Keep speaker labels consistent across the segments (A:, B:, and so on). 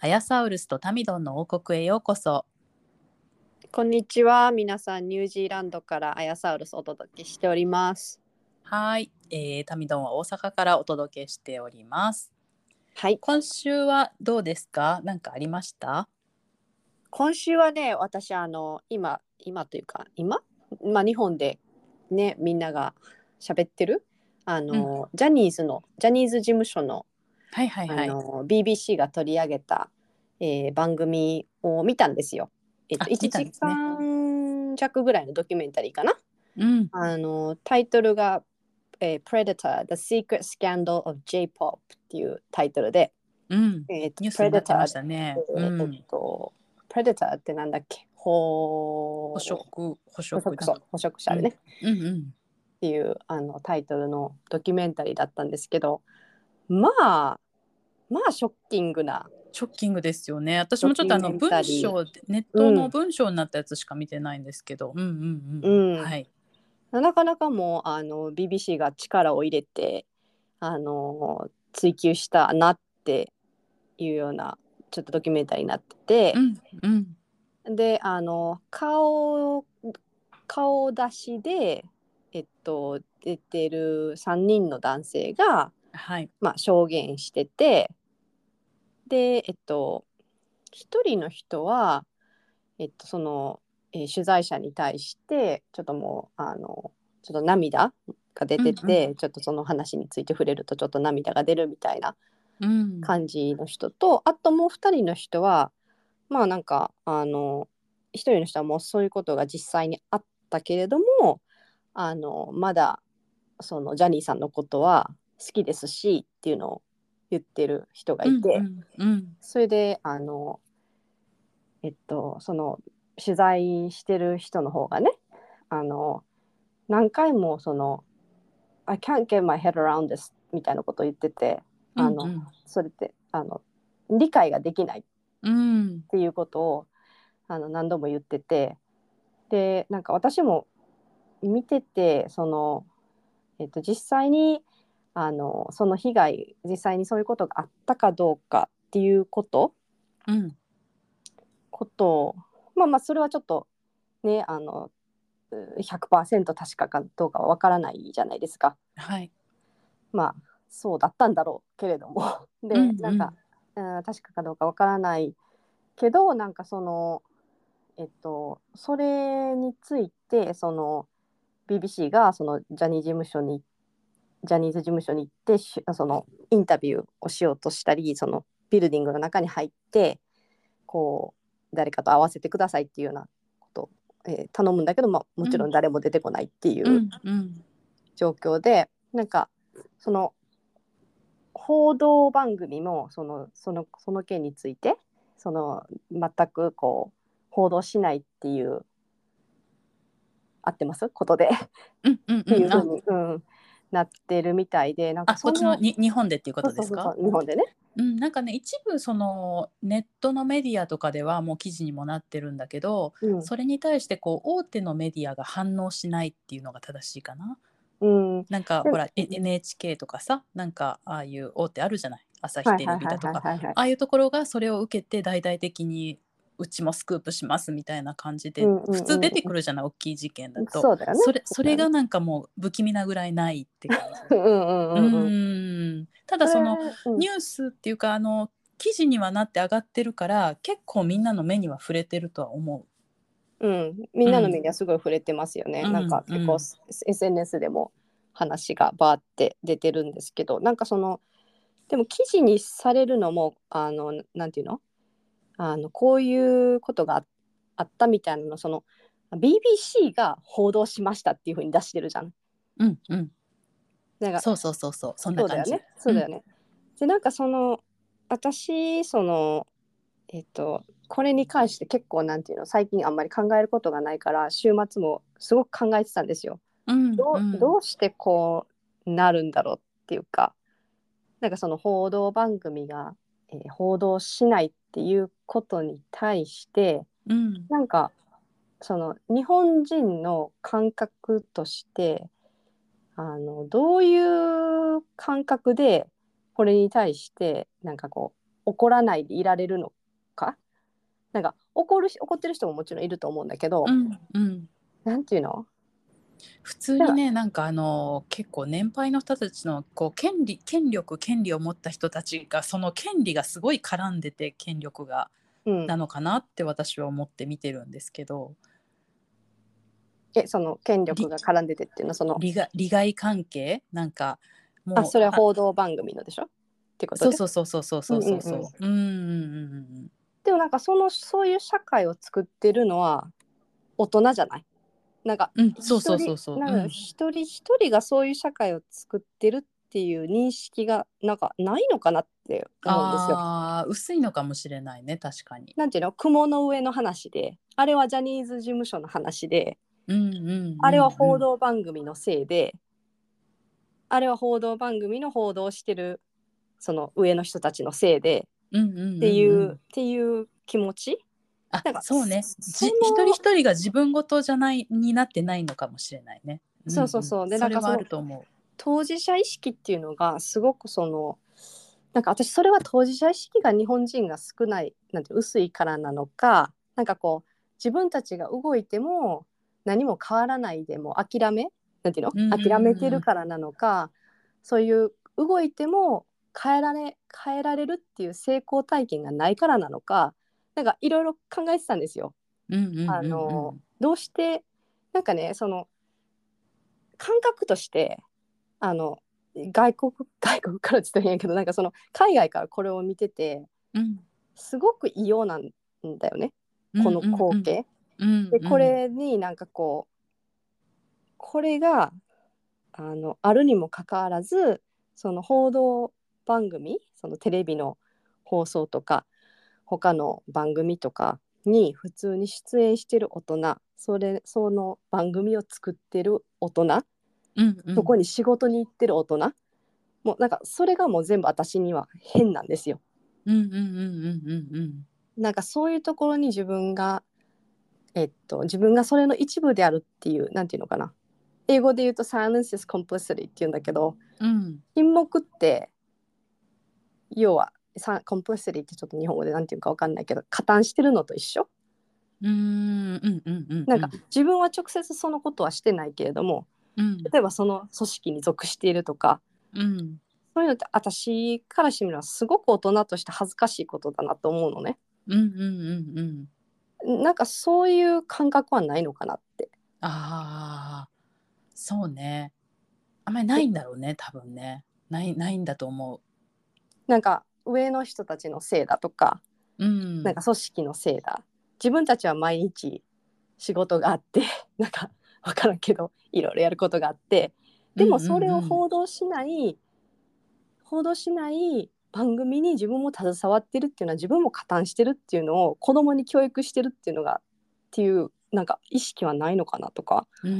A: アヤサウルスとタミドンの王国へようこそ
B: こんにちは。皆さん、ニュージーランドからアヤサウルスお届けしております。
A: はい、えー、タミドンは大阪からお届けしております。
B: はい。
A: 今週はどうですか？何かありました？
B: 今週はね、私、あの、今、今というか、今まあ、日本でね、みんなが喋ってる、あの、ジャニーズの、ジャニーズ事務所の、
A: はいはいはい
B: あ。の、BBC が取り上げた、えー番組を見たんですよ。えっ
A: あ
B: と、1
A: 見たんで
B: 時
A: すね
B: 間弱ぐらいのドキュメンタリーかな。
A: うん。
B: あのタイトルが、えー Predator The Secret Scandal of J-Pop っていうタイトルで、
A: うん。
B: えーと
A: ニュースになってまし
B: Predator
A: たね。う
B: え
A: ん
B: ー。と Predator ってなんだっけ捕
A: 捕食捕
B: 捕
A: 食
B: 食そう捕食者ね、
A: うんう
B: っ
A: んうん。
B: ていうあのタイトルのドキュメンタリーだったんですけどまあまあショッキングな
A: ショッキングですよね。私もちょっとあの
B: ドキュメンタ
A: 文
B: リー
A: 章でネットの
B: うん
A: 文章になったやつしか見てないんですけど。うんうん
B: う
A: うん。
B: ん、
A: はい。
B: なかなかもうあの BBC が力を入れてあの追求したなっていうようなちょっとドキュメンタリーになってて
A: う、んうん
B: であの顔顔出しで、えっと、出てる3人の男性が、
A: はい。
B: まあ、証言しててでえっと1人の人は、えっと、その、えー取材者に対してちょっともうあのちょっと涙が出てて、ちょっとその話について触れるとちょっと涙が出るみたいな
A: うん。
B: 感じの人とあともう2人の人はまあなんかあの1人の人はもうそういうことが実際にあったけれどもあのまだそのジャニーさんのことは好きですしっていうのを言ってる人がいて、
A: うんうん
B: それであのえっとその取材してる人の方がねあの何回もその「I can't get my head around this」みたいなことを言ってて。
A: うん。
B: あのそれってあの理解ができないっ
A: うん
B: ていうことをあの何度も言っててでなんか私も見ててその、えっと、実際にあのその被害実際にそういうことがあったかどうかっていうこと
A: うん
B: ことをまあまあそれはちょっとねあのう100%確かかどうかは分からないじゃないですか。
A: はい。
B: まあそうだったんだろうけれども で、
A: うんうん
B: なんか、うん、確かかどうかわからないけどなんかそのえっとそれについてその BBC がそのジャニーズ事務所にジャニーズ事務所に行ってしそのインタビューをしようとしたりそのビルディングの中に入ってこう誰かと会わせてくださいっていうようなことを、えー頼むんだけど、まあ、もちろん誰も出てこないっていう。
A: うんうん
B: 状況でなんかその報道番組もそのそのその件についてその全くこう報道しないっていう合ってますことでっ
A: うんうん。
B: ていううんふ
A: あ
B: うに、うん、なってるみたいでなんか
A: あ、こっちの
B: 日
A: に日本でっていうこと
B: 本
A: ですか。
B: 日本でね。
A: うん、なんかね、一部そのネットのメディアとかではもう記事にもなってるんだけど、
B: うん
A: それに対してこう大手のメディアが反応しないっていうのが正しいかな。
B: うん
A: なんか
B: うん
A: ほら、え NHK とかさ、なんかああいう大手あるじゃない、朝日テレビだとか、
B: はいはいはいはいはい
A: ああいうところがそれを受けて大々的にうちもスクープしますみたいな感じで、
B: うんうんうんうん
A: 普通出てくるじゃない、大きい事件だと。
B: そうだよね。
A: それそれがなんかもう不気味なぐらいないって感じ。
B: うんう
A: う
B: んうんうん。
A: んただその
B: うん
A: ニュースっていうかあの記事にはなって上がってるから結構みんなの目には触れてるとは思
B: うん、みんなの目にはすごい触れてますよね。
A: うん
B: なんか結
A: う
B: 構
A: ん
B: SNS でも話がバーって出てるんですけど、なんかそのでも記事にされるのもあのなんていうのあのこういうことがああったみたいなのその BBC が報道しましたっていうふうに出してるじゃん。
A: う。うんうん、
B: なんか
A: そうそうそうそうそん
B: そ
A: な
B: うだ
A: 感
B: よ
A: じ。
B: ね。そうだよね。でなんかその私そのえっと、これに関して結構なんていうの最近あんまり考えることがないから週末もすごく考えてたんですよ。
A: うん
B: どう,、
A: うん
B: どうしてこうなるんだろうっていうかなんかその報道番組が、えー報道しないっていうことに対して
A: うん
B: なんかその日本人の感覚としてあのどういう感覚でこれに対してなんかこう怒らないでいられるのかなんか怒るし怒ってる人ももちろんいると思うんだけど、
A: うんうん
B: なんていうの
A: 普通にねなんかあの結構年配の人たちのこう権利権力権利を持った人たちがその権利がすごい絡んでて権力が
B: うん
A: な、のかなって私は思って見てるんですけど
B: えその権力が絡んでてっていうのはその
A: 利害利害関係なんかもう
B: あそれは
A: あ
B: 報道番組のでしょってこと
A: そ
B: で
A: うそうそうそうそうそうそうそううんうんうんうん
B: でもなんかそのそういう社会を作ってるのは大人じゃないなんか
A: うんそうそうそうそう
B: 一人なんか
A: うん
B: 一人一人がそういう社会を作ってるっていう認識がなんかないのかなって思うんですよ。
A: あー薄いのかもしれないね確かに
B: なんていうの雲の上の話であれはジャニーズ事務所の話で
A: うんうんうんうん
B: あれは報道番組のせいで、あれは報道番組の報道をしてるその上の人たちのせいで
A: っ
B: っていう、っていう気持ち
A: あ
B: なんか
A: そうね
B: そ
A: じ
B: の
A: 一人一人が自分事じゃないになってないのかもしれないね。んん
B: そうそうそうで
A: それ
B: なんか
A: はあ
B: その
A: ると思
B: 当事者意識っていうのがすごくそのなんか私それは当事者意識が日本人が少ないなんて薄いからなのかなんかこう自分たちが動いても何も変わらないでも諦めなんていう
A: うんうんうんう
B: の
A: ん
B: 諦めてるからなのかそういう動いても変えられ変えられるっていう成功体験がないからなのかなんかいろいろ考えてたんですよ。
A: う。うんうんうんうん
B: あのどうしてなんかねその感覚としてあの外国 外国からちょっと変やけどなんかその海外からこれを見てて
A: うん
B: すごく異様なんだよね
A: うん
B: この光景。
A: うんうんうん
B: でこれになんかこうこれがあのあるにもかかわらずその報道番組そのテレビの放送とか他の番組とかに普通に出演してる大人それその番組を作ってる大人
A: うんうん
B: そこに仕事に行ってる大人、もうなんかそれがもう全部私には変なんですよ。
A: うんうんうんうんうん
B: なんかそういうところに自分が、えっと、自分がそれの一部であるっていう、なんていうのかな。英語で言うと silence is complicity っていうんだけど、
A: うんうん
B: 沈黙って、要は、さ complicity ってちょっと日本語でなんていうかわかんないけど、加担してるのと一緒。
A: うんうんうんうん
B: なんか自分は直接そのことはしてないけれども、
A: うん
B: 例えばその組織に属しているとか、
A: うん
B: そういうのって私からしてみればすごく大人として恥ずかしいことだなと思うのね。
A: うんうんうんうん
B: なんかそういう感覚はないのかなって。
A: ああそうねあんまりないんだろうね多分ねないないんだと思
B: なんか上の人たちのせいだとか、
A: う。うん
B: なんか組織のせいだ自分たちは毎日仕事があって なんか分からんけどいろいろやることがあってでもそれ
A: う
B: を
A: んうんうん
B: 報道しない、報道しない番組に自分も携わってるっていうのは自分も加担してるっていうのを子供に教育してるっていうのがっていうなんか意識はないのかなとか
A: うー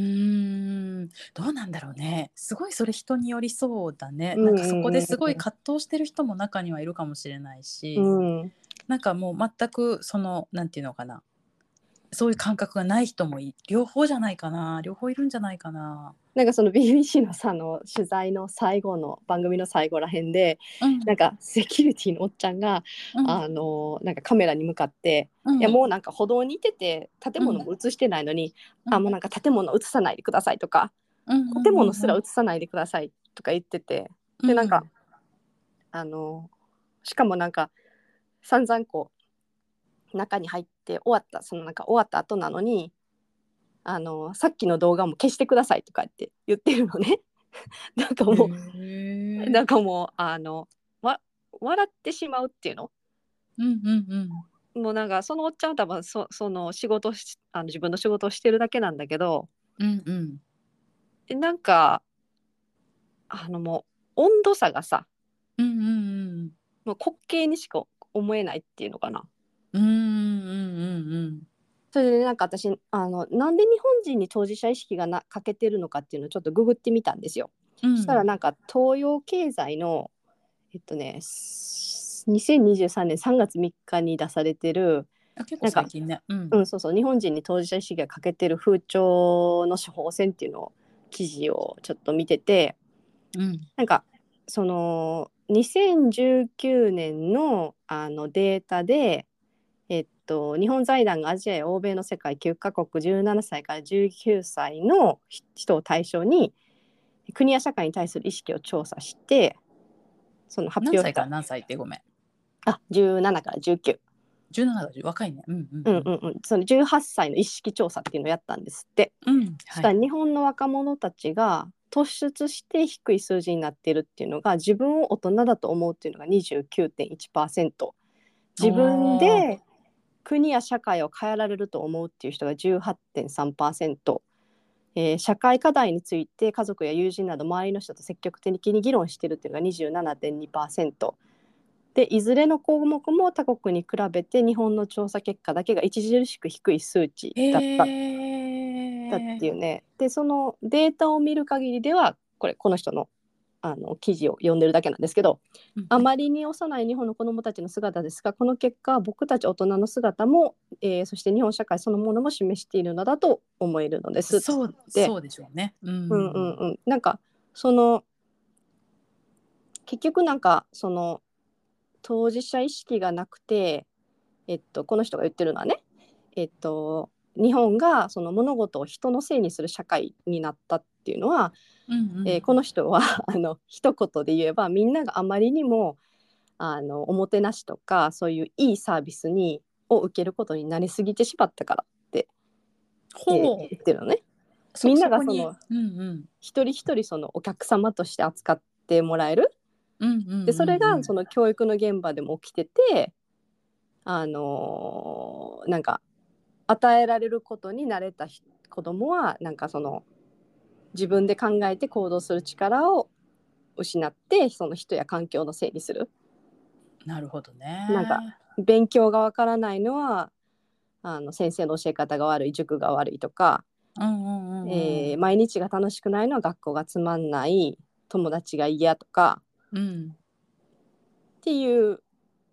A: んどうなんだろうねすごいそれ人によりそうだね、
B: うんうんうん
A: なんかそこですごい葛藤してる人も中にはいるかもしれないし、
B: うん
A: なんかもう全くそのなんていうのかなそういう感覚がない人もい両方じゃないかな両方いるんじゃないかな。
B: なんかその BBC のさあの取材の最後の番組の最後らへんで
A: うん
B: なんかセキュリティのおっちゃんが
A: うん
B: あのなんかカメラに向かって、
A: うん
B: いやもうなんか歩道にいてて建物も映してないのに、
A: うん
B: あもうなんか建物映さないでくださいとか、
A: うんうんうん
B: 建物すら映さないでくださいとか言ってて、でなんか、あのしかもなんか散々こう中に入って終わったそのなんか終わった後なのにあのさっきの動画も消してくださいとかって言ってるのね なんか
A: うん
B: もう、
A: へー
B: なんかもうあのわ笑ってしまうっていうの
A: うんうんうん
B: もうなんかそのおっちゃんは多分そその仕事をしあの自分の仕事をしてるだけなんだけど
A: うんうん
B: えなんかあのもう温度差がさ
A: うんうんうん
B: もう滑稽にしか思えないっていうのかな
A: うんうん
B: それでなんか私あのなんで日本人に当事者意識がな欠けてるのかっていうのをちょっとググってみたんですよ。
A: うんうん。
B: そしたらなんか東洋経済のえっとねす2023年3月3日に出されてる、
A: あ結構最近ね。うん
B: うん、そうそう日本人に当事者意識が欠けてる風潮の処方箋っていうのを記事をちょっと見てて
A: うん
B: なんかその2019年のあのデータで、えっと、日本財団がアジアや欧米の世界9カ国17歳から19歳の人を対象に国や社会に対する意識を調査してその発
A: 何
B: 表
A: 歳
B: し
A: から
B: た
A: 何歳ってごめん。
B: あ17から19。
A: 17だと若いね。うんうん
B: うんうんうん、その18歳の意識調査っていうのをやったんですって、
A: うん。
B: そした
A: は
B: ら
A: い。
B: 日本の若者たちが突出して低い数字になってるっていうのが自分を大人だと思うっていうのが29.1%自分で国や社会を変えられると思うっていう人が18.3%、えー社会課題について家族や友人など周りの人と積極的に議論してるっていうのが27.2%。でいずれの項目も他国に比べて日本の調査結果だけが著しく低い数値
A: へ
B: だった
A: ー
B: だっていうね。でそのデータを見る限りではこれこの人のあの記事を読んでるだけなんですけど
A: うん
B: あまりに幼い日本の子どもたちの姿ですがこの結果は僕たち大人の姿も、えーそして日本社会そのものも示しているのだと思えるのです。
A: そう
B: で
A: そうでしょうね。うん
B: うんうんうん、なんかその結局なんかその当事者意識がなくて、えっと、この人が言ってるのはね、えっと、日本がその物事を人のせいにする社会になったっていうのは、
A: うんうん
B: えーこの人は あの一言で言えばみんながあまりにもあのおもてなしとかそういういいサービスにを受けることになりすぎてしまったからって、え
A: ほ
B: ー
A: ぼ
B: 言ってるのね。
A: そ
B: みんなが
A: こに
B: その
A: うんうん
B: 一人一人そのお客様として扱ってもらえる
A: うんうんうんうん
B: でそれがその教育の現場でも起きててあのーなんか与えられることに慣れたひ子供はなんかその自分で考えて行動する力を失ってその人や環境のせいにする
A: なるほどね。
B: なんか勉強がわからないのはあの先生の教え方が悪い塾が悪いとか
A: うんうんうんうん
B: えー毎日が楽しくないのは学校がつまんない友達が嫌とか
A: うん
B: っていう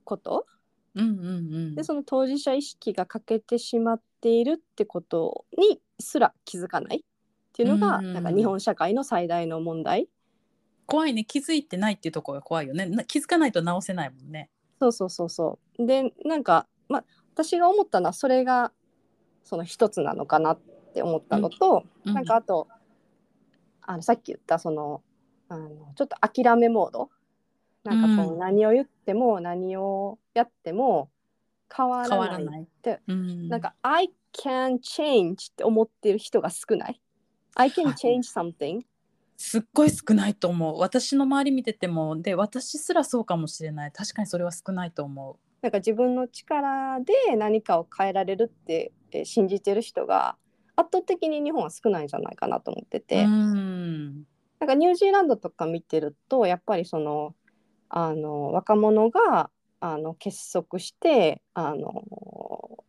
B: こと
A: うんうんうん
B: でその当事者意識が欠けてしまっているってことにすら気づかないっていうのが、
A: うん
B: なんか日本社会の最大の問題
A: 怖いね気づいてないっていうところが怖いよねな気づかないと直せないもんね。
B: そうそうそうそうでなんか、ま、私が思ったのはそれがその一つなのかなって思ったのと、
A: う
B: なんかあとあのさっき言ったそのあのちょっと諦めモードなんかこう、
A: うん
B: 何を言っても何をやっても変わ
A: 変わ
B: ら
A: ら
B: な
A: な
B: い
A: い。
B: て
A: うん、
B: なんか「I can change」って思ってる人が少ない。I can
A: はい
B: change something
A: すっごい少ないと思う私の周り見ててもで私すらそうかもしれない確かにそれは少ないと思
B: なんか自分の力で何かを変えられるってえー信じてる人が圧倒的に日本は少ないんじゃないかなと思って
A: う。
B: て、
A: うん
B: なんかニュージーランドとか見てるとやっぱりそのあの若者があの結束してあの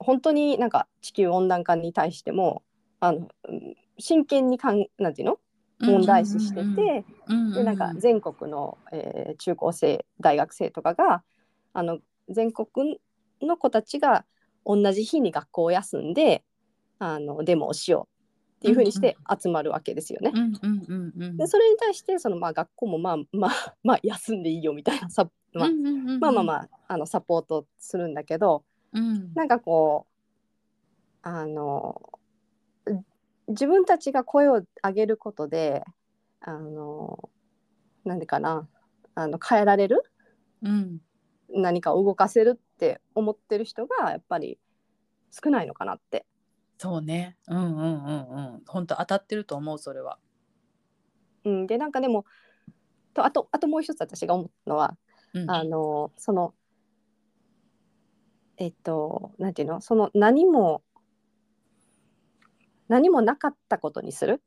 B: 本当になんか地球温暖化に対してもあのうん真剣にかんなんていうの問題視してて、
A: うん
B: でなんか全国の、えー中高生大学生とかがあの全国の子たちが同じ日に学校を休んであのデモをしようっていうふうにして集まるわけですよね。
A: うんうんうんうん
B: でそれに対してそのまあ学校もまあまあまあ休んでいいよみたいなさ、まあ
A: うんうんうん
B: まあまあまああのサポートするんだけど
A: うん
B: なんかこうあの自分たちが声を上げることであのなんでかなあの変えられる
A: うん
B: 何かを動かせるって思ってる人がやっぱり少ないのかなって
A: そうねうんうんうんうん本当当たってると思うそれは。
B: うん、でなんかでもとあとあともう一つ私が思ったのは、
A: うん
B: あのそのえっとなんていうのその何も何もなかったことにする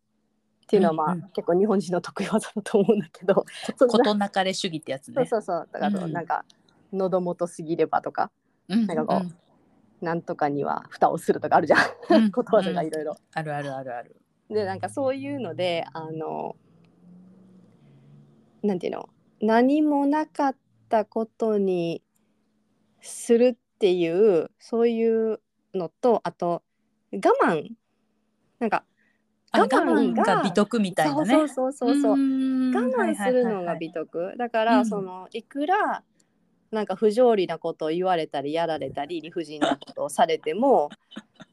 B: っていうのは、まあ
A: うんうん
B: 結構日本人の得意技だと思うんだけどそんな
A: ことなかれ主義ってやつ
B: そう
A: ね。
B: そうそうだから、
A: うん
B: なんか喉元すぎればとか
A: な
B: なんかこうなんとかには蓋をするとかあるじゃん
A: うん
B: ことわざがいろいろ。
A: あるあるあるある。
B: でなんかそういうのであのなんていうの何もなかったことにするっていうそういうのとあと我慢なんか
A: あ
B: 我
A: 我慢
B: 慢が
A: が美徳みたいなね。
B: そうそうそうそうそうう
A: ーん
B: 我慢するのが美徳だから、
A: うん
B: そのいくらなんか不条理なことを言われたりやられたり理不尽なことをされ ても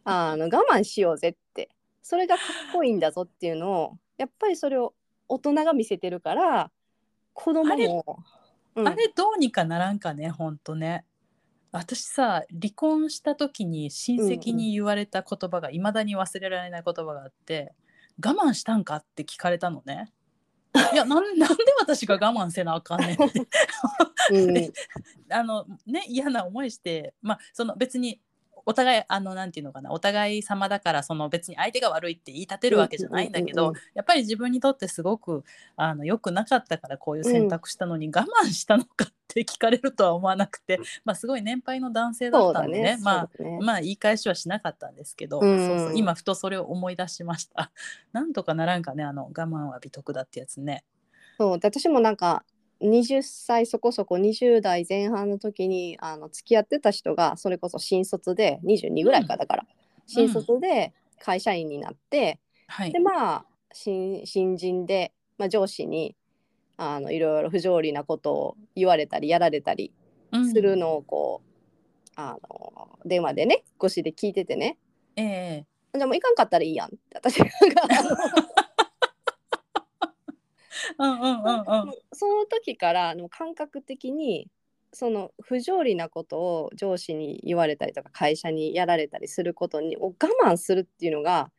B: あの我慢しようぜってそれがかっこいいんだぞっていうのをやっぱりそれを大人が見せてるから子供もうん
A: あれどうにかならんかねほんとね。私さ離婚した時に親戚に言われた言葉がいまだに忘れられない言葉があって「我慢したんか?」って聞かれたのね。いやなん なんで私が我慢せなあかんねんって
B: うん
A: あのね嫌な思いしてまあその別にお互いあのなんていうのかなお互い様だからその別に相手が悪いって言い立てるわけじゃないんだけど、
B: うんうんうん
A: やっぱり自分にとってすごくあの良くなかったからこういう選択したのに我慢したのかって聞かれるとは思わなくて、まあ、すごい年配の男性だ
B: そう
A: った
B: だ
A: んで
B: ね
A: ねまあ
B: そうだね
A: まあ言い返しはしなかったんですけど、
B: うん
A: そうそう今ふとそれを思い出しました なんとかならんかねあの我慢は美徳だってやつね。
B: そうで私もなんか20歳そこそこ20代前半の時にあの付き合ってた人がそれこそ新卒で22ぐらいかだから、新卒で会社員になって、
A: はい
B: でまあ新新人で、まあ、上司にあのいろいろ不条理なことを言われたりやられたり
A: うん
B: するのをこう、あの電話でね越しで聞いててね
A: ええ
B: じゃあもう行かんかったらいいやんって私が
A: うんうんうんうん
B: もうその時からの感覚的にその不条理なことを上司に言われたりとか会社にやられたりすることにを我慢するっていうのが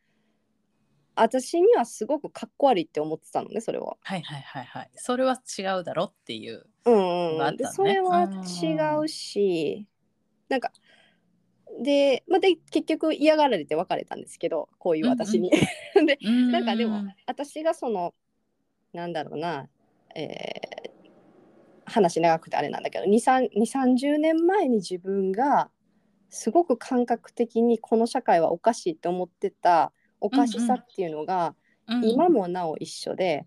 B: 私にはすごくかっこ悪いって思ってたのねそれは。
A: はいはいはいはいそれは違うだろっていう
B: うん
A: があ
B: う
A: っ
B: ん、
A: た
B: で
A: のね
B: それは違うしなんかで,、まあ、で結局嫌がられて別れたんですけどこういう私に。 で
A: な
B: なんかでも私がそのなんだろうな、えー話長くてあれなんだけど2 3 2 3 0年前に自分がすごく感覚的にこの社会はおかしいと思ってたおかしさっていうのが今もなお一緒で、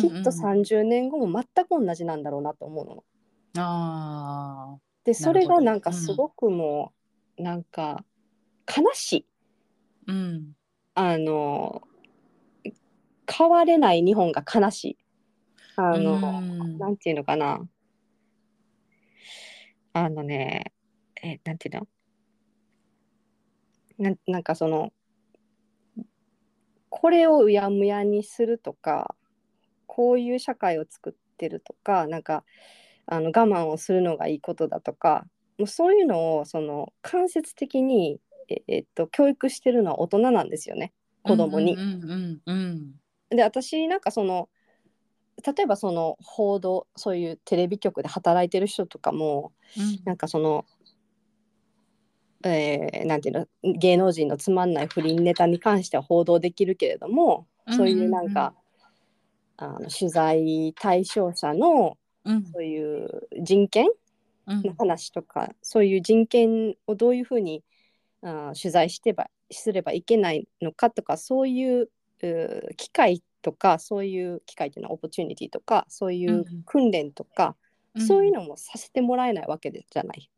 B: きっと30年後も全く同じなんだろうなと思うの。
A: あ
B: でそ
A: な
B: れ
A: るほ
B: が
A: ど
B: なんかすごくもう、なんか悲しい
A: ーうん
B: あの変われない日本が悲しい。あの、
A: うん
B: なんていうのかな。あのね、え、なんていうのなんなんかその、これをうやむやにするとか、こういう社会を作ってるとか、なんか、あの我慢をするのがいいことだとか、もうそういうのを、その、間接的に、ええっと、教育してるのは大人なんですよね、子供に。
A: うんうんうん
B: で私なんかその例えばその報道そういうテレビ局で働いてる人とかも
A: うん
B: なんかその、えーなんていうの芸能人のつまんない不倫ネタに関しては報道できるけれどもそういうなんか、あの取材対象者の
A: うん
B: そういう人権
A: うん
B: の話とか、そういう人権をどういうふうにあー取材してばすればいけないのかとかそういううー機会とかそういう機会というのはオポチュニティとかそうい
A: ん
B: う
A: うん
B: 訓練とか、そういうのもさせてもらえないわけじゃない、
A: うん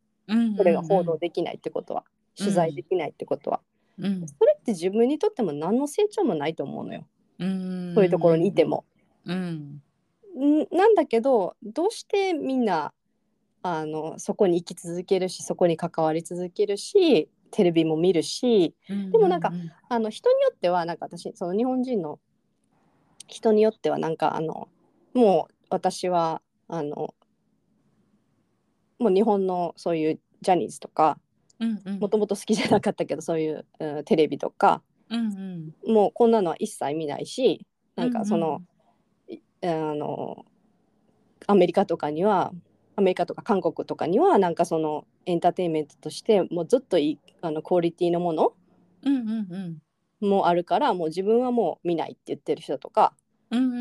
B: それが報道できないってことは、取材できないってことは、
A: うん
B: それって自分にとっても何の成長もないと思うのよ、
A: うん
B: そういうところにいても。
A: うん
B: んなんだけどどうしてみんなあのそこに行き続けるしそこに関わり続けるしテレビも見るし
A: うん
B: でもなんか
A: うん
B: あの人によってはなんか私その日本人の人によってはなんかあのもう私はあのもう日本のそういうジャニーズとか
A: うんうん
B: もともと好きじゃなかったけどそういう、うんテレビとか
A: うんうん
B: もうこんなのは一切見ないしなんかその。あのアメリカとかにはアメリカとか韓国とかにはなんかそのエンターテインメントとしてもうずっといいあのクオリティのもの
A: うんうんうん
B: もあるからもう自分はもう見ないって言ってる人とか
A: うんう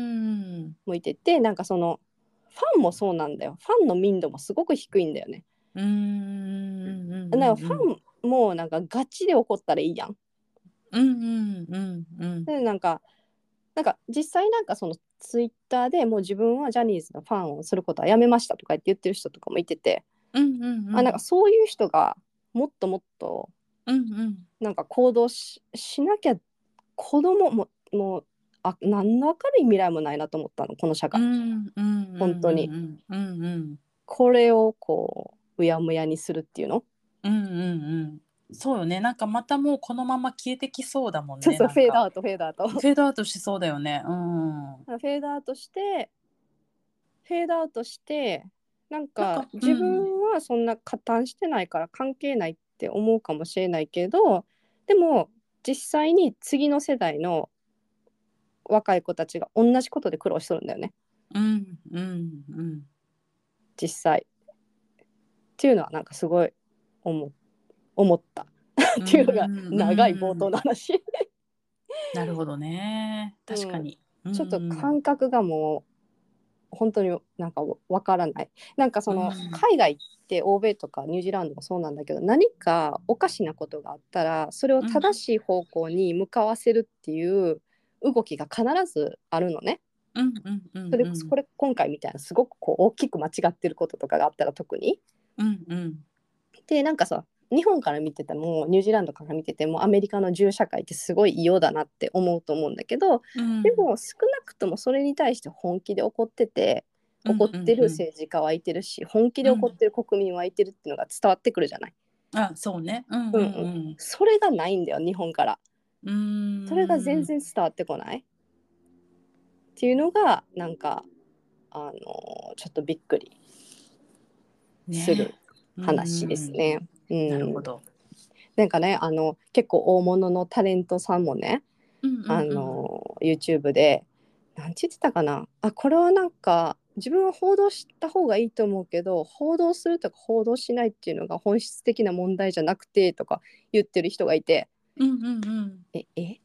A: ん
B: もいててなんかそのファンもそうなんだよファンの民度もすごく低いんだよね。
A: うんうんうんうんうんうん
B: なんかファンもうなんかガチで怒ったらいいやん。
A: うんうんうん
B: でなんかなんか実際なんかそのツイッターでもう自分はジャニーズのファンをすることはやめましたとか言って言ってる人とかもいてて、
A: うんうんうん
B: あなんかそういう人がもっともっと
A: うんうん
B: なんか行動ししなきゃ子供ももうあ何の明るい未来もないなと思ったのこの社
A: う
B: 会、
A: んうんうん
B: 本当に
A: うんうんうん
B: これをこううやむやにするっていうの、
A: うんうんうんそうよねなんかまたもうこのまま消えてきそうだもんね
B: そうそ
A: な
B: う
A: ん
B: フ
A: か
B: ェードアウトフェードアウトフ
A: フェードアウトしそうだよねうん
B: ェードアウトしてフェードアウトしてなん
A: なん
B: か
A: かうん
B: 自分はそんな加担してないから関係ないって思うかもしれないけどでも実際に次の世代の若い子たちが同じことで苦労しとるんだよね
A: うんうんうん
B: 実際っていうのはなんかすごい思う思ったっていうのが長い冒頭の話
A: なるほどね確かに、
B: ちょっと
A: うんうん
B: 感覚がもう本当になんかわからないなんかその
A: うん
B: 海外って欧米とかニュージーランドもそうなんだけど何かおかしなことがあったらそれを正しい方向に向かわせるっていう動きが必ずあるのね
A: うんうんうんうん
B: それこそこれ今回みたいなすごくこう大きく間違ってることとかがあったら特に
A: うんうん
B: でなんかさ日本から見ててもニュージーランドから見ててもアメリカの銃社会ってすごい異様だなって思うと思うんだけど
A: うん
B: でも少なくともそれに対して本気で怒ってて怒ってる政治家はいてるし、本気で怒ってる国民はいてるっていうのが伝わってくるじゃない。
A: あそうねうんうん
B: それがないんだよ日本から。
A: うんうん
B: それが全然伝わってこない、っていうのがなんかあのーちょっとびっくりする話です、ね。うん
A: うんなるほど、
B: なんかねあの結構大物のタレントさんもね、
A: うんうんうん
B: あの YouTube で何て言ってたかなあこれはなんか自分は報道した方がいいと思うけど報道するとか報道しないっていうのが本質的な問題じゃなくてとか言ってる人がいて
A: うんうんうん
B: ええ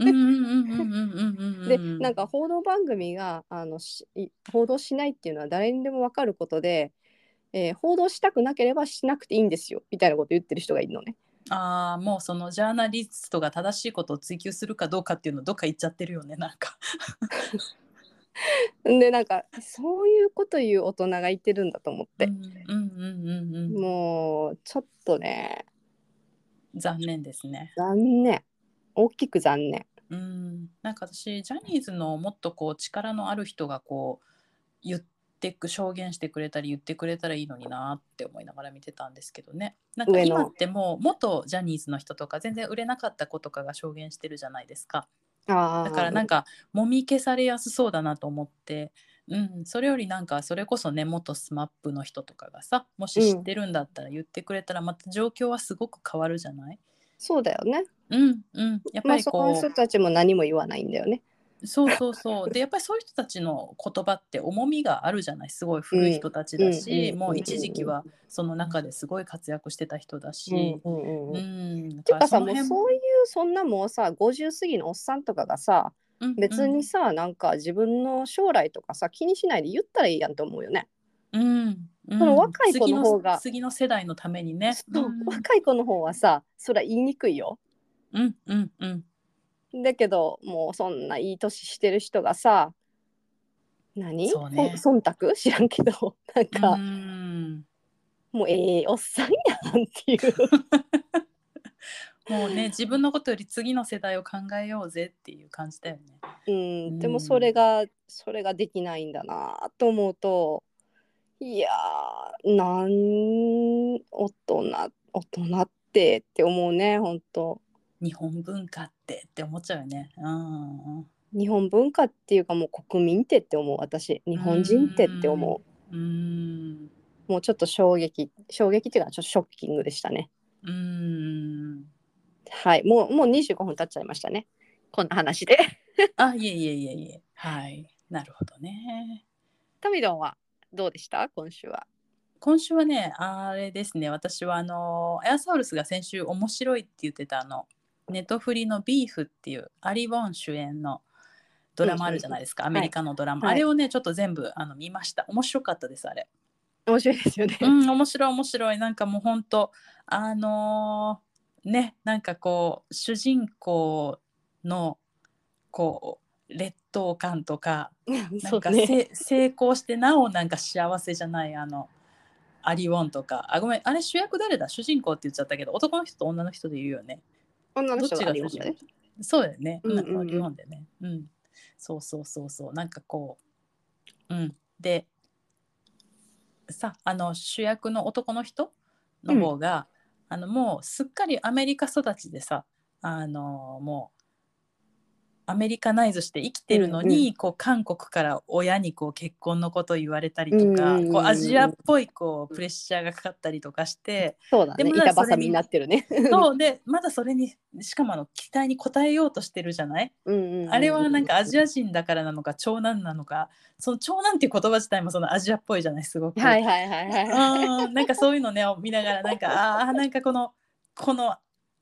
A: うんうんうんうんうんうんうん
B: でなんか報道番組があのしい報道しないっていうのは誰にでも分かることで、えー報道したくなければしなくていいんですよみたいなこと言ってる人がいるのね。
A: ああもうそのジャーナリストが正しいことを追求するかどうかっていうのどっか行っちゃってるよねなんか
B: でなんかそういうこと言う大人がいてるんだと思って、
A: うんうんうんうんうん
B: もうちょっとね
A: 残念ですね
B: 残念大きく残念
A: うんなんか私ジャニーズのもっとこう力のある人がこう言ってく証言してくれたり言ってくれたらいいのになって思いながら見てたんですけどねなんか
B: 上の
A: 今ってもう元ジャニーズの人とか全然売れなかった子とかが証言してるじゃないですか
B: あ
A: だからなん
B: か
A: かもみ消されやすそうだなと思って、うん、それよりなんかそれこそね元 SMAP の人とかがさもし知ってるんだったら言ってくれたらまた状況はすごく変わるじゃない
B: そうだよね
A: うんうんやっ
B: ま
A: ぱ
B: あ
A: り
B: そ
A: こう、
B: この人たちも何も言わないんだよね
A: そうそうそうでやっぱりそういう人たちの言葉って重みがあるじゃないすごい古い人たちだ
B: うんうん
A: し、
B: うん
A: もう一時期はその中ですごい活躍してた人だし。
B: うんう
A: う
B: んうん
A: んだ
B: て
A: ら
B: かさ
A: その
B: もう
A: 辺
B: そういうそんなもうさ50過ぎのおっさんとかがさ
A: うんうん
B: 別にさ、なんか自分の将来とかさ気にしないで言ったらいいやんと思うよね。
A: うんうん
B: その若い子の方が
A: 次の次の世代のためにね。
B: そう
A: うん
B: 若い子の方はさそりゃ言いにくいよ。
A: うんうんうん
B: だけどもうそんないい年してる人がさ何
A: そうね
B: ほん忖度知らんけどなんか、
A: うん
B: もうええおっさんやんっていう。
A: もうね自分のことより次の世代を考えようぜっていう感じだよね。
B: うん、で
A: う
B: も
A: ん
B: それが、それができないんだなと思うといやーなん大人大人ってって思うね本当
A: 日本文化ってって思っちゃうよね。うん
B: 日本文化っていうかもう国民ってって思う私日本人ってって思
A: うん
B: うもうちょっと衝撃衝撃っていうかちょっとショッキングでしたね
A: うん
B: はいもうもう25分経っちゃいましたねこんな話で
A: あいえいえいえいえはいなるほどね。
B: タミドンはどうでした今週は
A: 今週はねあれですね私はあのエアサウルスが先週面白いって言ってたあのネトフリの「ビーフ」っていうアリ・ウォン主演のドラマあるじゃないですか、
B: んうん
A: アメリカのドラマ、
B: はい
A: あれをねちょっと全部あの見ました面白かったですあれ
B: 面白いですよね。
A: うん、面白い面白いなんかもう本当あのーねなんかこう主人公のこう劣等感とか なんかせ、成功してなおなんか幸せじゃないあのアリウォンとかあごめんあれ主役誰だ主人公って言っちゃったけど男の人と女の人で言うよね
B: 女の
A: どっ
B: 人
A: ち
B: が
A: が
B: あり
A: 主
B: まし
A: 人
B: た
A: 公
B: ね。
A: そうだよね、
B: うんうん
A: な
B: うんん
A: かアリウォンでねうんそうそうそうそうなんかこううんでさあの主役の男の人の方が、あのもうすっかりアメリカ育ちでさあのもうアメリカナイズして生きてるのに、
B: うん
A: こう韓国から親にこう結婚のこと言われたりとか、
B: うんうんうん
A: こうアジアっぽいこうプレッシャーがかかったりとかして、
B: そうだ
A: で
B: ね。
A: もなんか
B: 板
A: それに
B: 挟みになってるね。
A: そうでまだそれにしかもあの期待に応えようとしてるじゃないあれはなんかアジ
B: ア。
A: ア人だからなのか長男なのかその長男っていう言葉自体もそのアジアっぽいじゃないすごく。
B: はいはいはいはいはい。
A: うんなんかそういうのねを見ながらなんかあーなんかこのこの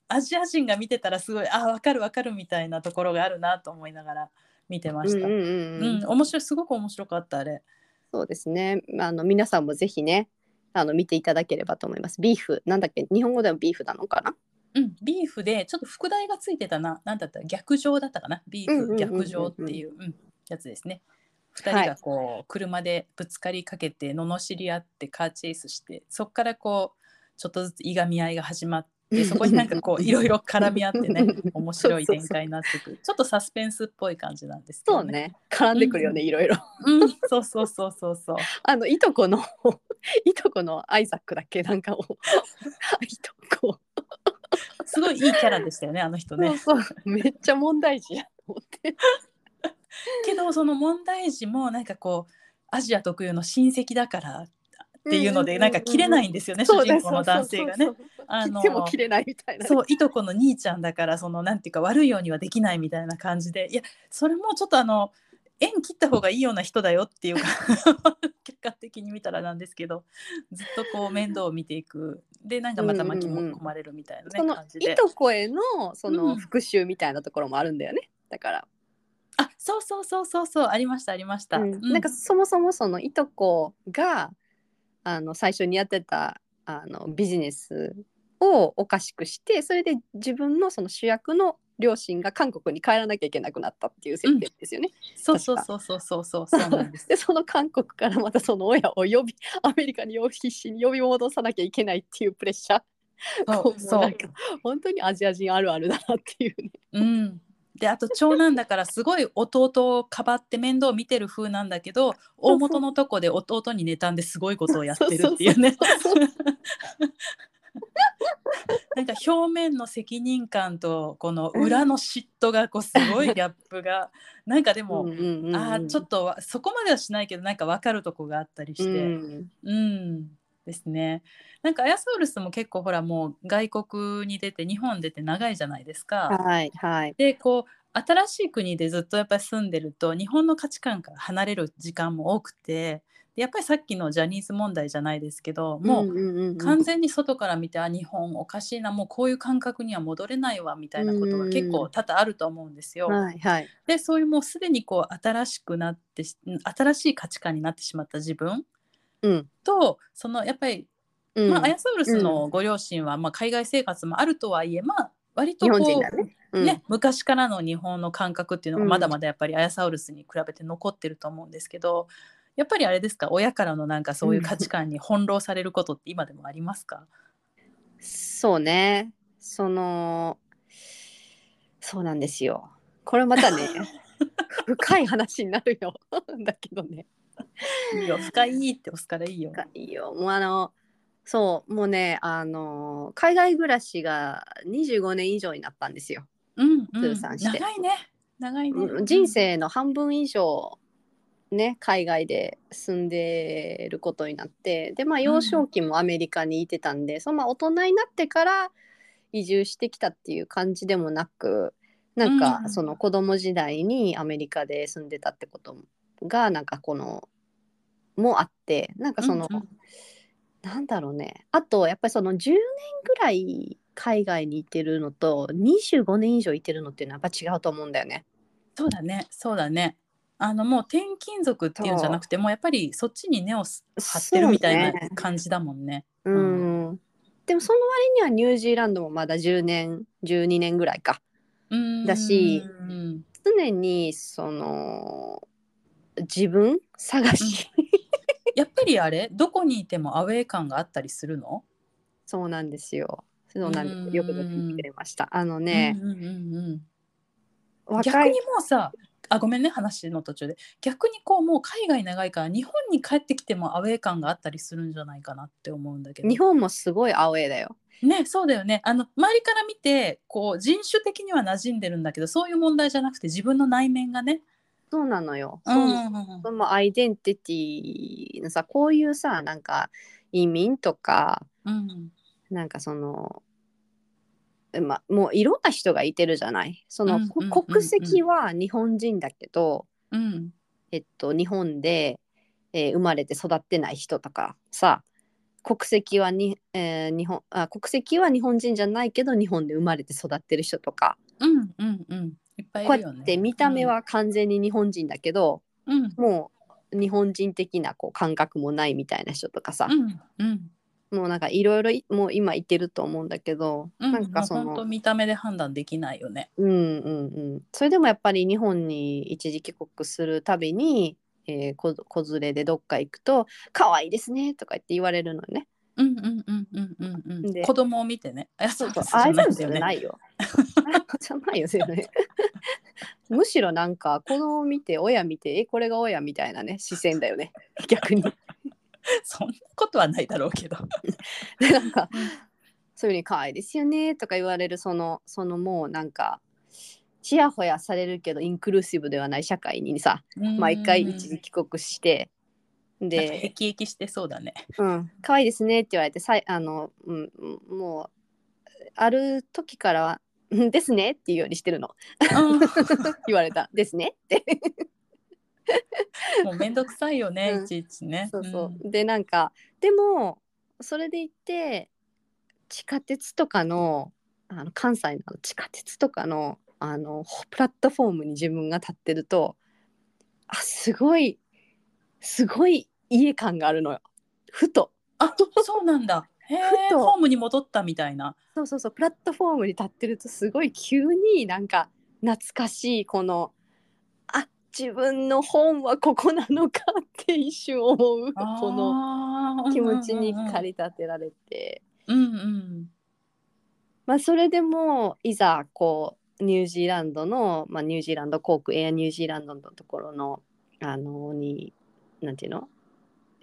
A: アジア人が見てたらすごいあーわかるわかるみたいなところがあるなと思いながら見てま
B: うん
A: し
B: うん
A: た。
B: うんう
A: うんん、面白いすごく面白かったあれ。
B: そうですね。あの皆さんもぜひね、あの見ていただければと思います。ビーフなんだっけ？日本語ではビーフなのかな？
A: うん、ビーフでちょっと副題がついてたな何だった逆上だったかなビ
B: うんうんうんうん
A: ー
B: う
A: フ
B: ん
A: 逆上っていう、うんやつですね2人がこう、車でぶつかりかけて罵り合ってカーチェイスしてそこからこうちょっとずついがみ合いが始まってそこになんか こういろいろ絡み合ってね面白い展開になってくるちょっとサスペンスっぽい感じなんですけ
B: そ
A: ど
B: うね。絡んでくるよね、いろいろ。
A: うん、そうそうそうそうそう
B: あのいとこの いとこのアイザックだっけなんかをいとこ。
A: すごいいいキャラでしたよねあの人ね
B: そうそうめっちゃ問題児やと思って。
A: けどその問題児もなんかこうアジア特有の親戚だからっていうので、なんか切れないんですよね、主人公の男性がね。。あ
B: あの
A: の
B: 切っても切れないみたいなね。
A: そういとこの兄ちゃんだからそのなんていうか悪いようにはできないみたいな感じでいやそれもちょっとあの縁切った方がいいような人だよっていうか 客観的に見たらなんですけどずっとこう面倒を見ていくでなんかまた巻き込まれるみたいな、ね
B: その
A: 感じで
B: いとこへのそうの
A: ん
B: 復讐みたいなところもあるんだよね。だから。
A: あそうそうそうそうそうありましたありました、
B: うん
A: う
B: なんかそもそもそのいとこがあの最初にやってたあのビジネスをおかしくしてそれで自分のその主役の両親が韓国に帰らなきゃいけなくなったっていう設定ですよね。
A: そうそうそうそうそうそうそうなんです
B: でその韓国からまたその親を呼びアメリカに呼び必死に呼び戻さなきゃいけないっていうプレッシャー
A: そ
B: こ
A: う
B: う
A: そ
B: も
A: う
B: なんか本当にアジア人あるあるだなっていうね。
A: うん、であと長男だからすごい弟をかばって面倒を見てる風なんだけど大元のとこで弟に妬んですごいことをやってるっていうね
B: そうそう
A: なんか表面の責任感とこの裏の嫉妬がこうすごいギャップがなんかでも、
B: うんうんうんうん
A: あーちょっとわそこまではしないけどなんか分かるとこがあったりして。
B: うん
A: うんですね。なんかアヤソウルスも結構ほらもう外国に出て日本出て長いじゃないですか。
B: はいはい。
A: でこう新しい国でずっとやっぱり住んでると日本の価値観から離れる時間も多くてでやっぱりさっきのジャニーズ問題じゃないですけどもう
B: う
A: 完全に外から見て、あ日本おかしいなもうこういう感覚には戻れないわみたいなことが結構多々あると思うんですよ。
B: はいはい。
A: でそういうもうすでにこう新しくなってし新しい価値観になってしまった自分
B: うん。
A: とそのやっぱり
B: うん
A: まあ、アヤソウルスのご両親は、まあ、海外生活もあるとはいえ、まあ、割とこう
B: 日本人だねうん
A: ね昔からの日本の感覚っていうのがまだまだやっぱりアヤソウルスに比べて残ってると思うんですけど、やっぱりあれですか親からのなんかそういう価値観に翻弄されることって今でもありますか、
B: そうね。その、そうなんですよ。これまた ね、深い話になるよ。 だけどね。
A: いいよ深いって押すからいいよ。
B: 深いよ。もうあの、そう、もうね、あの、海外暮らしが25年以上になったんですよ。
A: うんうん、
B: 通算して
A: 長いね長いね。
B: 人生の半分以上、ね、海外で住んでることになってでまあ幼少期もアメリカにいてたんで、そのまあ大人になってから移住してきたっていう感じでもなくなんか
A: うん
B: その子供時代にアメリカで住んでたってことがなんかこのもあってなんかその、
A: うんうん
B: なんだろうねあとやっぱりその10年ぐらい海外にいてるのと25年以上いてるのっていうのはやっぱ違うと思うんだよね。
A: そうだねそうだね。あのもう転勤族っていうんじゃなくてもうやっぱりそっちに根をす張ってるみたい
B: そうね
A: な感じだもんね。
B: うんでもその割にはニュージーランドもまだ10年12年ぐらいか
A: うん
B: だし
A: うん
B: 常にその自分探し、
A: やっぱりあれどこにいてもアウェー感があったりするの
B: そうなんですよそうなんです、
A: うん
B: よくぞ聞いてくれましたあのね、
A: うんうんうんうん、逆
B: 若
A: に
B: い
A: もうさあごめんね話の途中で逆にこうもう海外長いから日本に帰ってきてもアウェー感があったりするんじゃないかなって思うんだけど
B: 日本もすごいアウェーだよ
A: ねそうだよねあの周りから見てこう人種的には馴染んでるんだけどそういう問題じゃなくて自分の内面がね
B: そうなのよ、
A: ん
B: そうそのアイデンティティのさこういうさなんか移民とか
A: うん
B: なんかその、ま、もういろんな人がいてるじゃないその、
A: うんうんうんうん
B: こ国籍は日本人だけど、
A: うん
B: えっと、日本で、えー生まれて育ってない人とかさ国籍はに、えー日本あ国籍は日本人じゃないけど日本で生まれて育ってる人とか、
A: うんうんうんいっぱいい
B: こ
A: る
B: うや
A: よ
B: っ
A: ね
B: て見た目は完全に日本人だけど、
A: うんうん
B: もう日本人的なこう感覚もないみたいな人とかさ、
A: うんうん
B: もうなんかいろいろいもう今いてると思うんだけど、
A: うん
B: なんかそ
A: もう
B: の
A: ほんと見た目で判断できないよね
B: うんうんうん、それでもやっぱり日本に一時帰国するたびに、えーこ子連れでどっか行くと「可愛いですね」とか言って言われるのね。
A: うんうんうんうんうんうん
B: で
A: 子供を見てねあそうか
B: ああ
A: そ
B: いううの
A: ん
B: じ
A: だ
B: ゃ
A: よね
B: な いよ。あじゃないよ全然。 むしろなんか子供見て親見て「えこれが親」みたいなね視線だよね逆に。
A: そんなことはないだろうけど。
B: でなんか
A: うん
B: そういうふうに「可愛いですよね」とか言われるそのそのもうなんかちやほやされるけどインクルーシブではない社会にさ 毎回一時帰国して
A: で。へ
B: で
A: きへきしてそうだ ね。
B: 「うん可愛いですね」って言われてさいあの、うん、うんもうある時からは「うんですね」っていうようにして るの言われた「ですね」って
A: もうめんどくさいよね、
B: うん
A: いちいちね。
B: そうそうでなんかでもそれで言って地下鉄とかのあの関西の地下鉄とかのあのプラットフォームに自分が立ってるとあすごいすごい家感があるのよふと。
A: あ、そうなんだ。へえ、
B: ふと
A: ホームに戻ったみたいな。
B: そうそうそうプラットフォームに立ってるとすごい急になんか懐かしいこのあ自分の本はここなのかって一瞬思うこの
A: の
B: 気持ちに駆
A: り。
B: り立てられて、
A: うんうん。
B: まあ、それでもいざこうニュージーランドの、まあ、ニュージーランド航空エアニュージーランドのところのあのになんていうの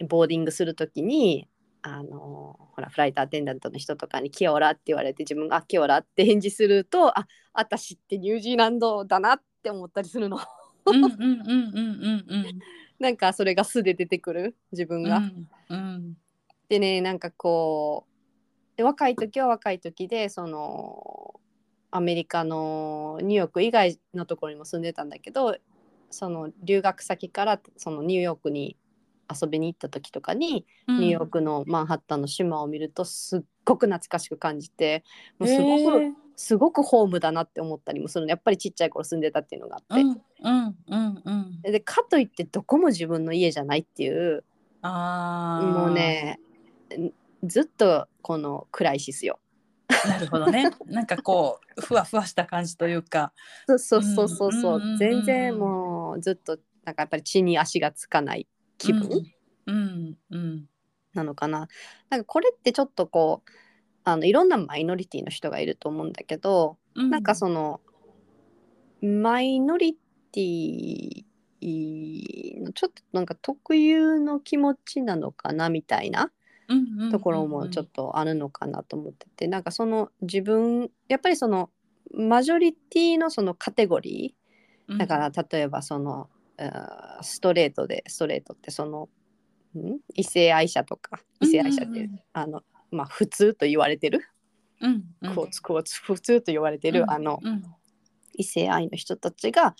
B: ボーディングするときにあのほらフライトアテンダントの人とかに「キオラ」って言われて自分があ「キオラ」って返事するとあ私ってニュージーランドだなって思ったりするの
A: うんうんうんうんうんうん
B: なんかそれが素で出てくる自分
A: うん。
B: が。
A: うん
B: でねなんかこうで若い時は若い時でそのアメリカのニューヨーク以外のところにも住んでたんだけどその留学先からそのニューヨークに遊びに行った時とかに、
A: うん。
B: ニューヨークのマンハッタンの島を見るとすっごく懐かしく感じてもうすごく、
A: へえ
B: すごくホームだなって思ったりもするのやっぱりちっちゃい頃住んでたっていうのがあっ
A: う
B: て、
A: んうんうんうん。
B: でかといってどこも自分の家じゃないっていう
A: ああ。
B: もう。ねんずっとこのクライシスよ。
A: なるほどね。なんかこう、ふわふわした感じというか。
B: そうそうそうそうそう、
A: うんうんうんうん
B: 全然もうずっとなんかやっぱり地に足がつかない気分
A: うんうんうん
B: なのかな。なんかこれってちょっとこうあのいろんなマイノリティの人がいると思うんだけど、
A: うん
B: なんかそのマイノリティのちょっとなんか特有の気持ちなのかなみたいなところもちょっとあるのかなと思っててなんかその自分やっぱりそのマジョリティのそのカテゴリ
A: と
B: ーだから例えばその、あーストレートでストレートってそのん異性愛者とか異性愛者っていう、あのまあ普通と言われてる、
A: うんうん
B: クォーツクォーツ普通と言われてる、
A: うん
B: あの
A: うん
B: 異性愛の人たちが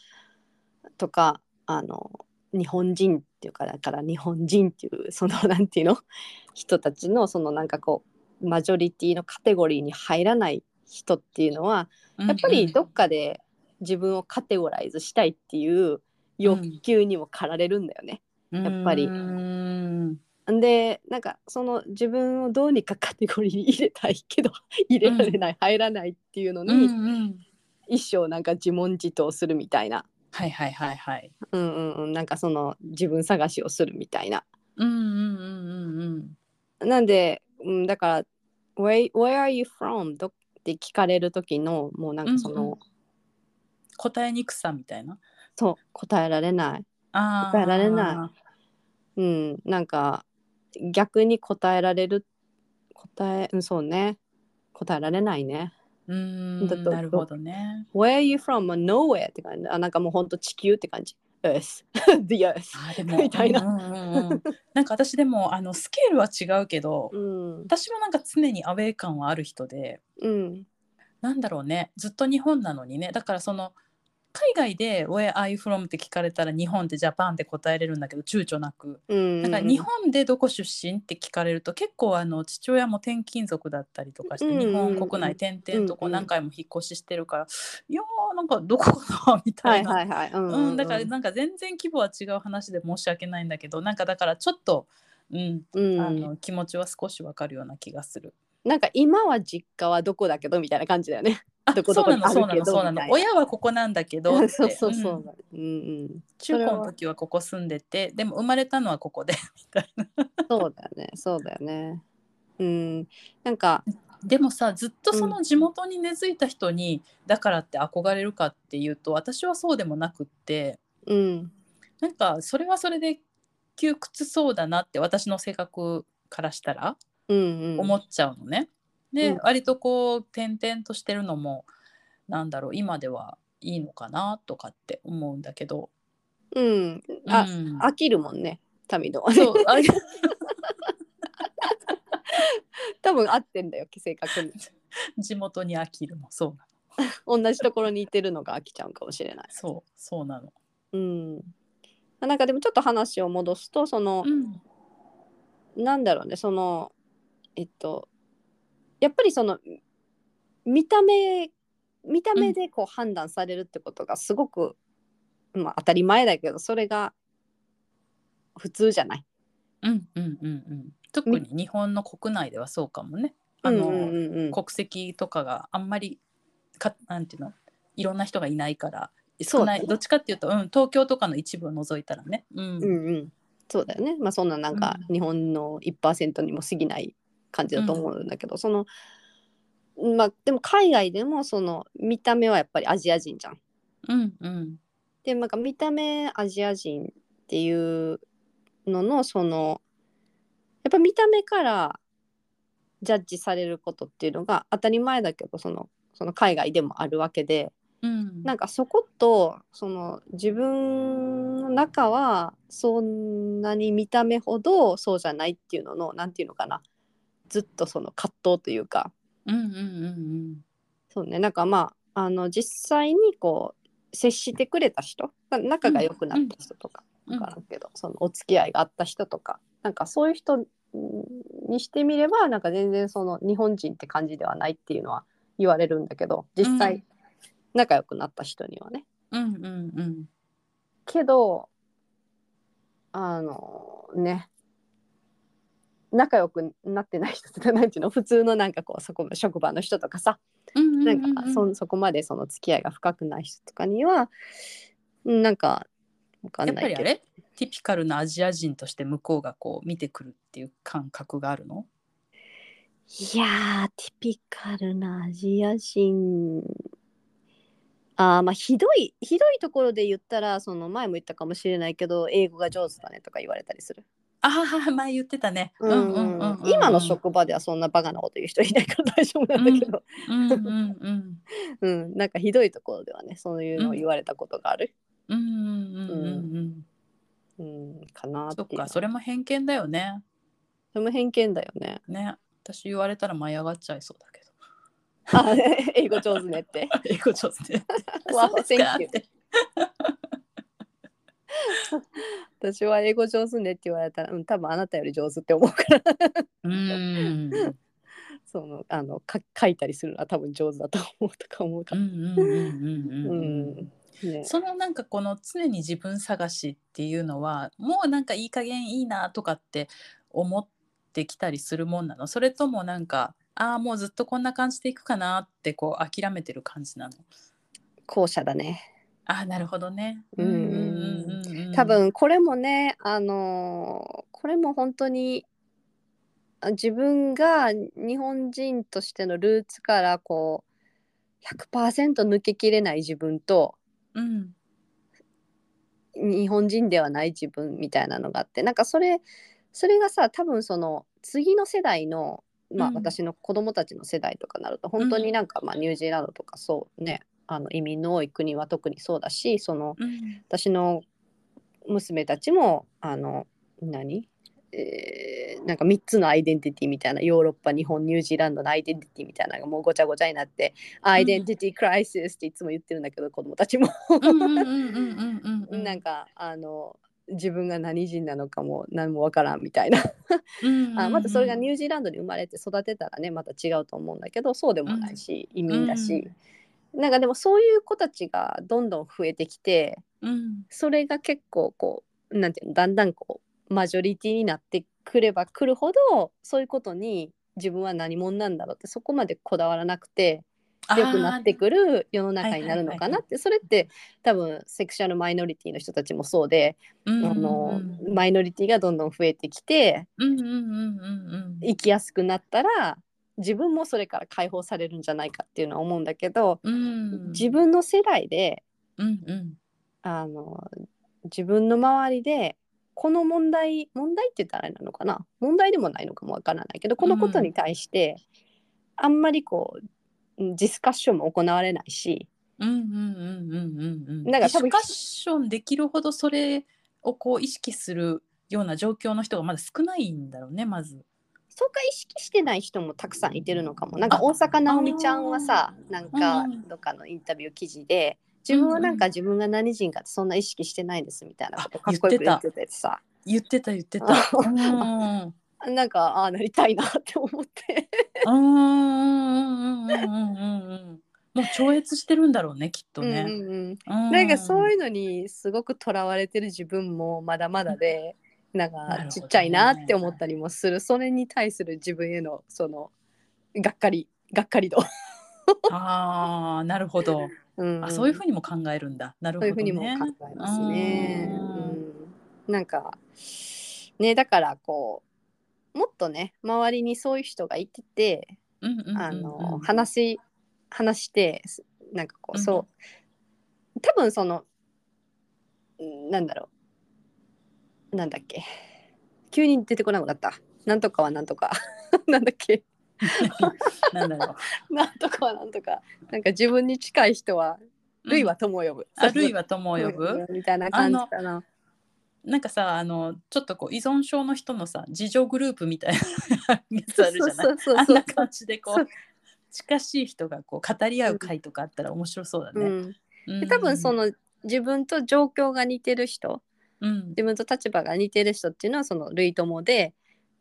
B: とかあの日本人っていうかだから日本人っていうそのなんていうの 人たちのそのなんかこうマジョリティのカテゴリーに入らない人っていうのはやっぱりどっかで自分をカテゴライズしたいっていう欲求にも駆られるんだよね。やっぱり
A: うん
B: でなんかその自分をどうにかカテゴリーに入れたいけど入れられない、入らないっていうの
A: うんう
B: に、
A: ん
B: 一生なんか自問自答するみたいな、
A: はいはいはいはい
B: うんうんうん、なんかその自分探しをするみたいな。
A: うんうんうんうん
B: なんで、うん、だから「Where, where are you from?」どって聞かれる時のもうなんかその、
A: うんうん答えにくさみたいな
B: そう答えられない、
A: あ
B: 答えられなうん、なんか逆に答えられる答え、うん、そうね答えられないね
A: いうん
B: だと
A: なるほどね
B: 「Where are you from?」「Nowhere」って感じあなんかもうほんと地球って感じ「Earth」「The Earth
A: あーでも
B: みたいな
A: うんうんうんうんなんか私でもあのスケールは違うけど」
B: うん
A: 私もなんか常にアウェー感はある人で
B: うん
A: なんだろうねずっと日本なのにねだからその海外で「Where are you from?」って聞かれたら日本で「ジャパン」って答えれるんだけど躊躇なく
B: うん
A: なんか日本でどこ出身って聞かれると結構あの父親も転勤族だったりとかして
B: うんうん
A: 日
B: うん
A: 本国内転々とこう
B: う
A: ん
B: う
A: 何
B: ん
A: 回も引っ越ししてるからいやーなんかどこかなみた
B: はいいは
A: ない
B: はい、うん
A: うんだからなんか全然規模は違う話で申し訳ないんだけどなんかだからちょっとうん
B: うん
A: あの気持ちは少しわかるような気がする。
B: なんか今は実家はどこだけどみたいな感じだよね。
A: あ
B: どこ
A: そ
B: ど
A: う
B: こ
A: な
B: にあ
A: のそう
B: る
A: な
B: け
A: の
B: ど
A: そうな
B: みた
A: の
B: いな
A: 親はここなんだけどって
B: そうそうそ
A: うん
B: う。うんうん、
A: 中高の時はここ住んでてでも生まれたのはここ でみたいな
B: そうだよね、そうだよね。うん、なんか、
A: でもさずっとその地元に根付いた人に、だからって憧れるかっていうと私はそうでもなくって
B: うん、
A: なんかそれはそれで窮屈そうだなって私の性格からしたら
B: うん、うん、
A: 思っちゃうのね。で、
B: うん
A: 割とこう転々としてるのもなんだろう今ではいいのかなとかって思うんだけど。
B: うん、あ、
A: うん
B: 飽きるもんね、タミド。
A: そうあ
B: 多分合ってんだよ、正確に。
A: 地元に飽きるもそうなの
B: 同じところにいてるのが飽きちゃうかもしれない。
A: そうそうなの、
B: うん。なんかでもちょっと話を戻すと、その、
A: ん、
B: なんだろうね、その、えっと、やっぱりその、見た目、見た目でこう判断されるってことがすごく、まあ当たり前だけど、それが普通じゃない。
A: うんうんうんうん特に日本の国内ではそうかもねあの、
B: うんうんうんうん
A: 国籍とかがあんまりかなんていうのいろんな人がいないから
B: そう
A: 少ない、どっちかっていうと、うん、東京とかの一部を除いたらね、うん
B: うんうん、そうだよね、まあ、そんななんか
A: う
B: 日本の1%にも過ぎない感じだと思うんだけど、そのまあでも海外でもその見た目はやっぱりアジア人じゃん。
A: うんうん
B: でなんか見た目アジア人っていうののそのやっぱ見た目からジャッジされることっていうのが当たり前だけどそのその海外でもあるわけで、
A: うん
B: なんかそことその自分の中はそんなに見た目ほどそうじゃないっていうののなんていうのかなずっとその葛藤というか
A: うんうんうん
B: そうねなんかまああの実際にこう接してくれた人な仲が良くなった人とか
A: うんうん
B: 分からんけど、そのお付き合いがあった人とかなんかそういう人んにしてみればなんか全然その日本人って感じではないっていうのは言われるんだけど実
A: う
B: 際
A: ん
B: 仲良くなった人にはね。
A: うんうんうん
B: けどあのね仲良くなってない人ってなんていうの普通のなんかこうそこ職場の人とかさ
A: うんうん
B: な
A: うんん
B: かそそこまでその付き合いが深くない人とかにはうんなんかわか
A: やっ
B: んな
A: ぱり
B: い
A: あ
B: けど
A: れティピカルなアジア人として向こうがこう見てくるっていう感覚があるの
B: いやーティピカルなアジア人あーまあひどいひどいところで言ったらその前も言ったかもしれないけど英語が上手だねとか言われたりする。
A: ああ前言ってたね。
B: 今の職場ではそんなバカなこと言う人いないから大丈夫なんだけど、
A: うんうんうん
B: うんなんかひどいところではねそういうのを言われたことがある、
A: うんうんうんうんうん。
B: うん、かなって
A: そ
B: い
A: っ
B: う
A: かそれも偏見だよね。
B: それも偏見だよね
A: ね私言われたら舞い上がっちゃいそうだけど。
B: あ 英語上手ねって
A: 英語上 手で。
B: わあ
A: そうですか
B: Thank you
A: って。
B: 私は英語上手ねって言われたら、うん、多分あなたより上手って思うから
A: うん
B: そのあのか書いたりするのは多分上手だと思うとか思うか
A: うんうんうんうんうんうん。
B: ね
A: そのなんかこの常に自分探しっていうのはもうなんかいい加減いいなとかって思ってきたりするもんなのそれともなんかああもうずっとこんな感じでいくかなってこう諦めてる感じなの
B: 後者だね
A: ああなるほどね
B: うんうん
A: うんうんうん
B: 多分これもねあのーこれも本当にあ自分が日本人としてのルーツからこう100%抜けきれない自分と
A: うん
B: 日本人ではない自分みたいなのがあってなんかそれそれがさ多分その次の世代の、まあ、
A: うん
B: 私の子供たちの世代とかになると本当になんか、まあ、ニュージーランドとかそうねあの移民の多い国は特にそうだしその
A: うん
B: 私の娘たちもあの何えーなんか3つのアイデンティティみたいなヨーロッパ日本ニュージーランドのアイデンティティみたいなのがもうごちゃごちゃになって、アイデンティティクライシスっていつも言ってるんだけど子供たちも、
A: うんうんうんうんうんうん
B: なんかあの自分が何人なのかも何もわからんみたいな
A: うんうんうん
B: あまたそれがニュージーランドに生まれて育てたらねまた違うと思うんだけどそうでもないし、移民だし、なんかでもそういう子たちがどんどん増えてきて、
A: うん
B: それが結構こうなんていうのだんだんこうマジョリティになってくればくるほどそういうことに自分は何者なんだろうってそこまでこだわらなくて良くなってくる世の中になるのかなってそれって多分セクシャルマイノリティの人たちもそうで、
A: あー
B: あの
A: うん
B: マイノリティがどんどん増えてきて
A: うんうんうんうん
B: 生きやすくなったら自分もそれから解放されるんじゃないかっていうのは思うんだけど、
A: うんうん
B: 自分の世代で
A: うんうん
B: あの自分の周りでこの問題問題って言ったらあれなのかな問題でもないのかもわからないけどこのことに対して、あんまりこううんディスカッションも行われないし
A: うんうんうんうんうんうん。
B: なんか多分
A: ディスカッションできるほどそれをこう意識するような状況の人がまだ少ないんだろうねまず。
B: そこか意識してない人もたくさんいてるのかもなんか大坂なおみちゃんはさなんか
A: うん
B: どっかのインタビュー記事で自分はなんか自分が何人かってそんな意識してないですみたいなこと
A: あ
B: かっこよく言
A: 言
B: っ
A: って
B: ててさ
A: 言ってた言ってた。うんうん
B: なんかああなりたいなって思って。
A: うんうんうんうんうん。もう超越してるんだろうねきっと
B: うん
A: ね。
B: うんうん
A: な
B: なんかそう
A: う
B: いうのにすごくとらわれてる自分もまだまだでなん
A: なるほ
B: か
A: どね
B: ちっちゃいなって思ったりもするそれに対する自分へのそのがっかりがっかり度、
A: ああなるほど。
B: うん
A: あそういうふうにも考えるんだ。なる
B: そういう
A: ほ
B: ふう
A: ど
B: にも考
A: ね。
B: えます
A: う
B: ね。うんんなんかねだからこうもっとね周りにそういう人がいてて
A: うんうんうんうん
B: あの、話話してすなんかこうそうう多分そのうんなんだろうなんだっけ急に出てこなくなったなんとかはなんとか なんだっけ
A: なんだ ろ
B: なんとかはなんとかなんか自分に近い人は
A: う。
B: 類は友を呼ぶ、
A: あるいは友を
B: 友
A: 呼ぶ。
B: みたいな感じかな
A: なんかさあのちょっとこう依存症の人のさ自助グループみたいなやつあるじゃない
B: そうそう
A: あん
B: そう
A: な感じでこ
B: そう
A: 近しい人がこう語り合う会とかあったら面白そうだ
B: う、う
A: ね。
B: ん、で多分その自分と状況が似てる人
A: うん、
B: 自分と立場が似てる人っていうのはその類友で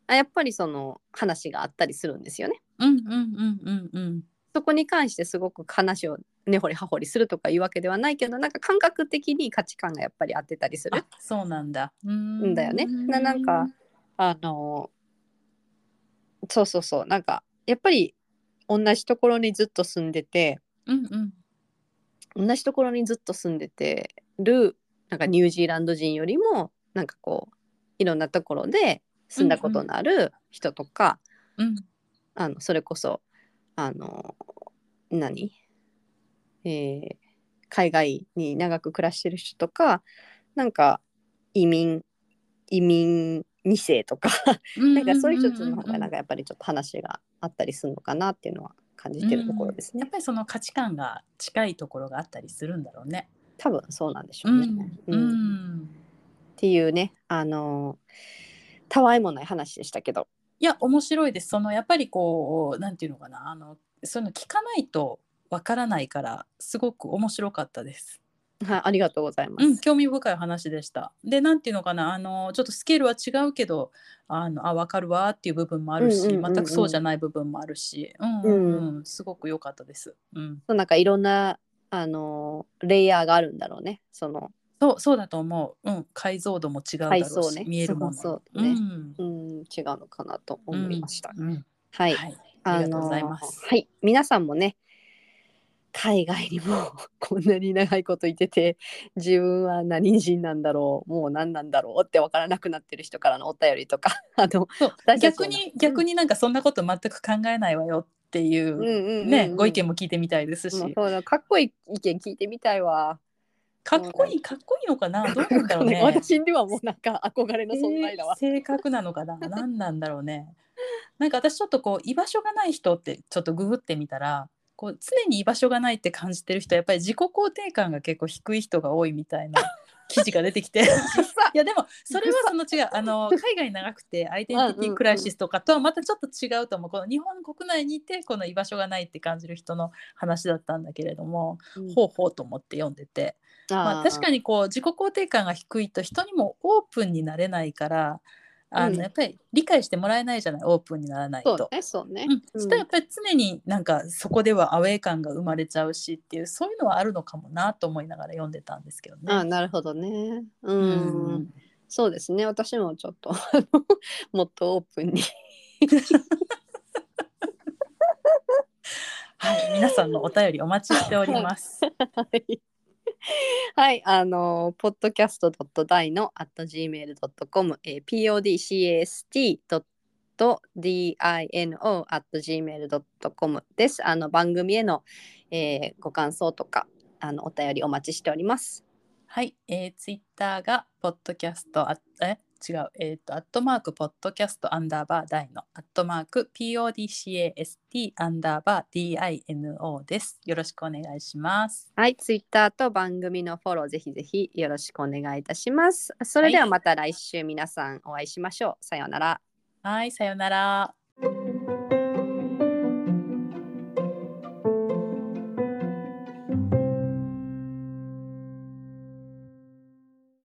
B: あやっぱりその話があったりするんですよね。
A: うんうんうんうんうん
B: そこに関してすごく話を根掘り葉掘りするとかいうわけではないけどなんか感覚的に価値観がやっぱり合ってたりする
A: あそうなんだ。うん
B: んだよね。ななんかあのそうそうそうなんかやっぱり同じところにずっと住んでて
A: うんうん
B: 同じところにずっと住んでてるなんかニュージーランド人よりもなんかこういろんなところで住んだことのある人とか、
A: うん
B: あのそれこそあの何、えー海外に長く暮らしてる人とかなんか移民移民2世とか
A: うん。
B: なんかそういう人たちの方がなん
A: か
B: かやっぱりちょっと話があったりするのかなっていうのは感じてるところです
A: や
B: ね
A: っ。ぱりその価値観が近いところがあったりするんだろうね。
B: 多分そうなんでしょ
A: う
B: うんね。
A: う
B: うんっ
A: ん。
B: ていうねあのたわいもない話でしたけど。
A: いや面白いですそのやっぱりこうなんていうのかなあのそういうの聞かないとわからないからすごく面白かったです。
B: はい、ありがとうございま
A: うん、
B: す。
A: 興味深い話でした。でなんていうのかなあのちょっとスケールは違うけどあのあ分かるわっていう部分もあるし、
B: うんうんうんうん
A: 全くそうじゃない部分もあるし、うんうんうん
B: う
A: すごく良かったです。うん
B: そうなんかいろんなあのレイヤーがあるんだろうねその
A: そうそうだと思う、うん、解像度も違うだろう
B: 解像
A: し、
B: ね
A: 見えるもの
B: そうそうね
A: うん
B: うん違うのかなと思いました。
A: うん
B: はい、
A: はい、
B: あの
A: ありがとうございます、
B: はい、皆さんもね海外にも こんなに長いこといてて自分は何人なんだろうもう何なんだろうって分からなくなってる人からのお便りとかあの、
A: そう
B: 私たちの
A: 逆に逆になんかそんなこと全く考えないわよっていうう、
B: んうんうんうん
A: ねご意見も聞いてみたいですし、
B: もうそうだかっこいい意見聞いてみたいわ。
A: かっこいいかっこいいのかなどうなんだろうね
B: 私にはもうなんか憧れの存在だわ。
A: えー性格なのかな何なんだろうねなんか私ちょっとこう居場所がない人ってちょっとググってみたらこう常に居場所がないって感じてる人はやっぱり自己肯定感が結構低い人が多いみたいな記事が出てきていやでもそれはその違うあの海外長くてアイデンティティクライシスとかとはまたちょっと違うと思うこの日本国内にいてこの居場所がないって感じる人の話だったんだけれども、ほうほうと思って読んでて。まあ、確か
B: に
A: にこう自己肯定感が低いと人にもオープンになれないからあの、
B: うん
A: やっぱり理解してもらえないじゃないオープンにならない
B: そう
A: と。
B: ねそうね。
A: うん、
C: うん
A: そしたらやっぱり常になんかそこではアウェー感が生まれちゃうしっていうそういうのはあるのかもなと思いながら読んでたんですけどね。
B: あなるほどね。う、
A: うん
B: そうですね私もちょっとあ のもっとオープンに
A: はい、皆さんのお便りお待ちしております。
B: はいはい、あのー、podcast.dai の at gmail.com、えー、podcast.dino at gmail.com です。あの、番組への、えーご感想とか、あの、お便りお待ちしております。
A: はい、えー、ツイッターがポッドキャストあえ違うえっ、とアットマークポッドキャストアンダーバー大のアットマーク podcast アンダーバー dino です。よろしくお願いします。
B: はい、ツイッターと番組のフォロー、ぜひぜひよろしくお願いいたします。それでは
A: はい
B: また来週皆さんお会いしましょう。さようなら。
A: はい、さようなら。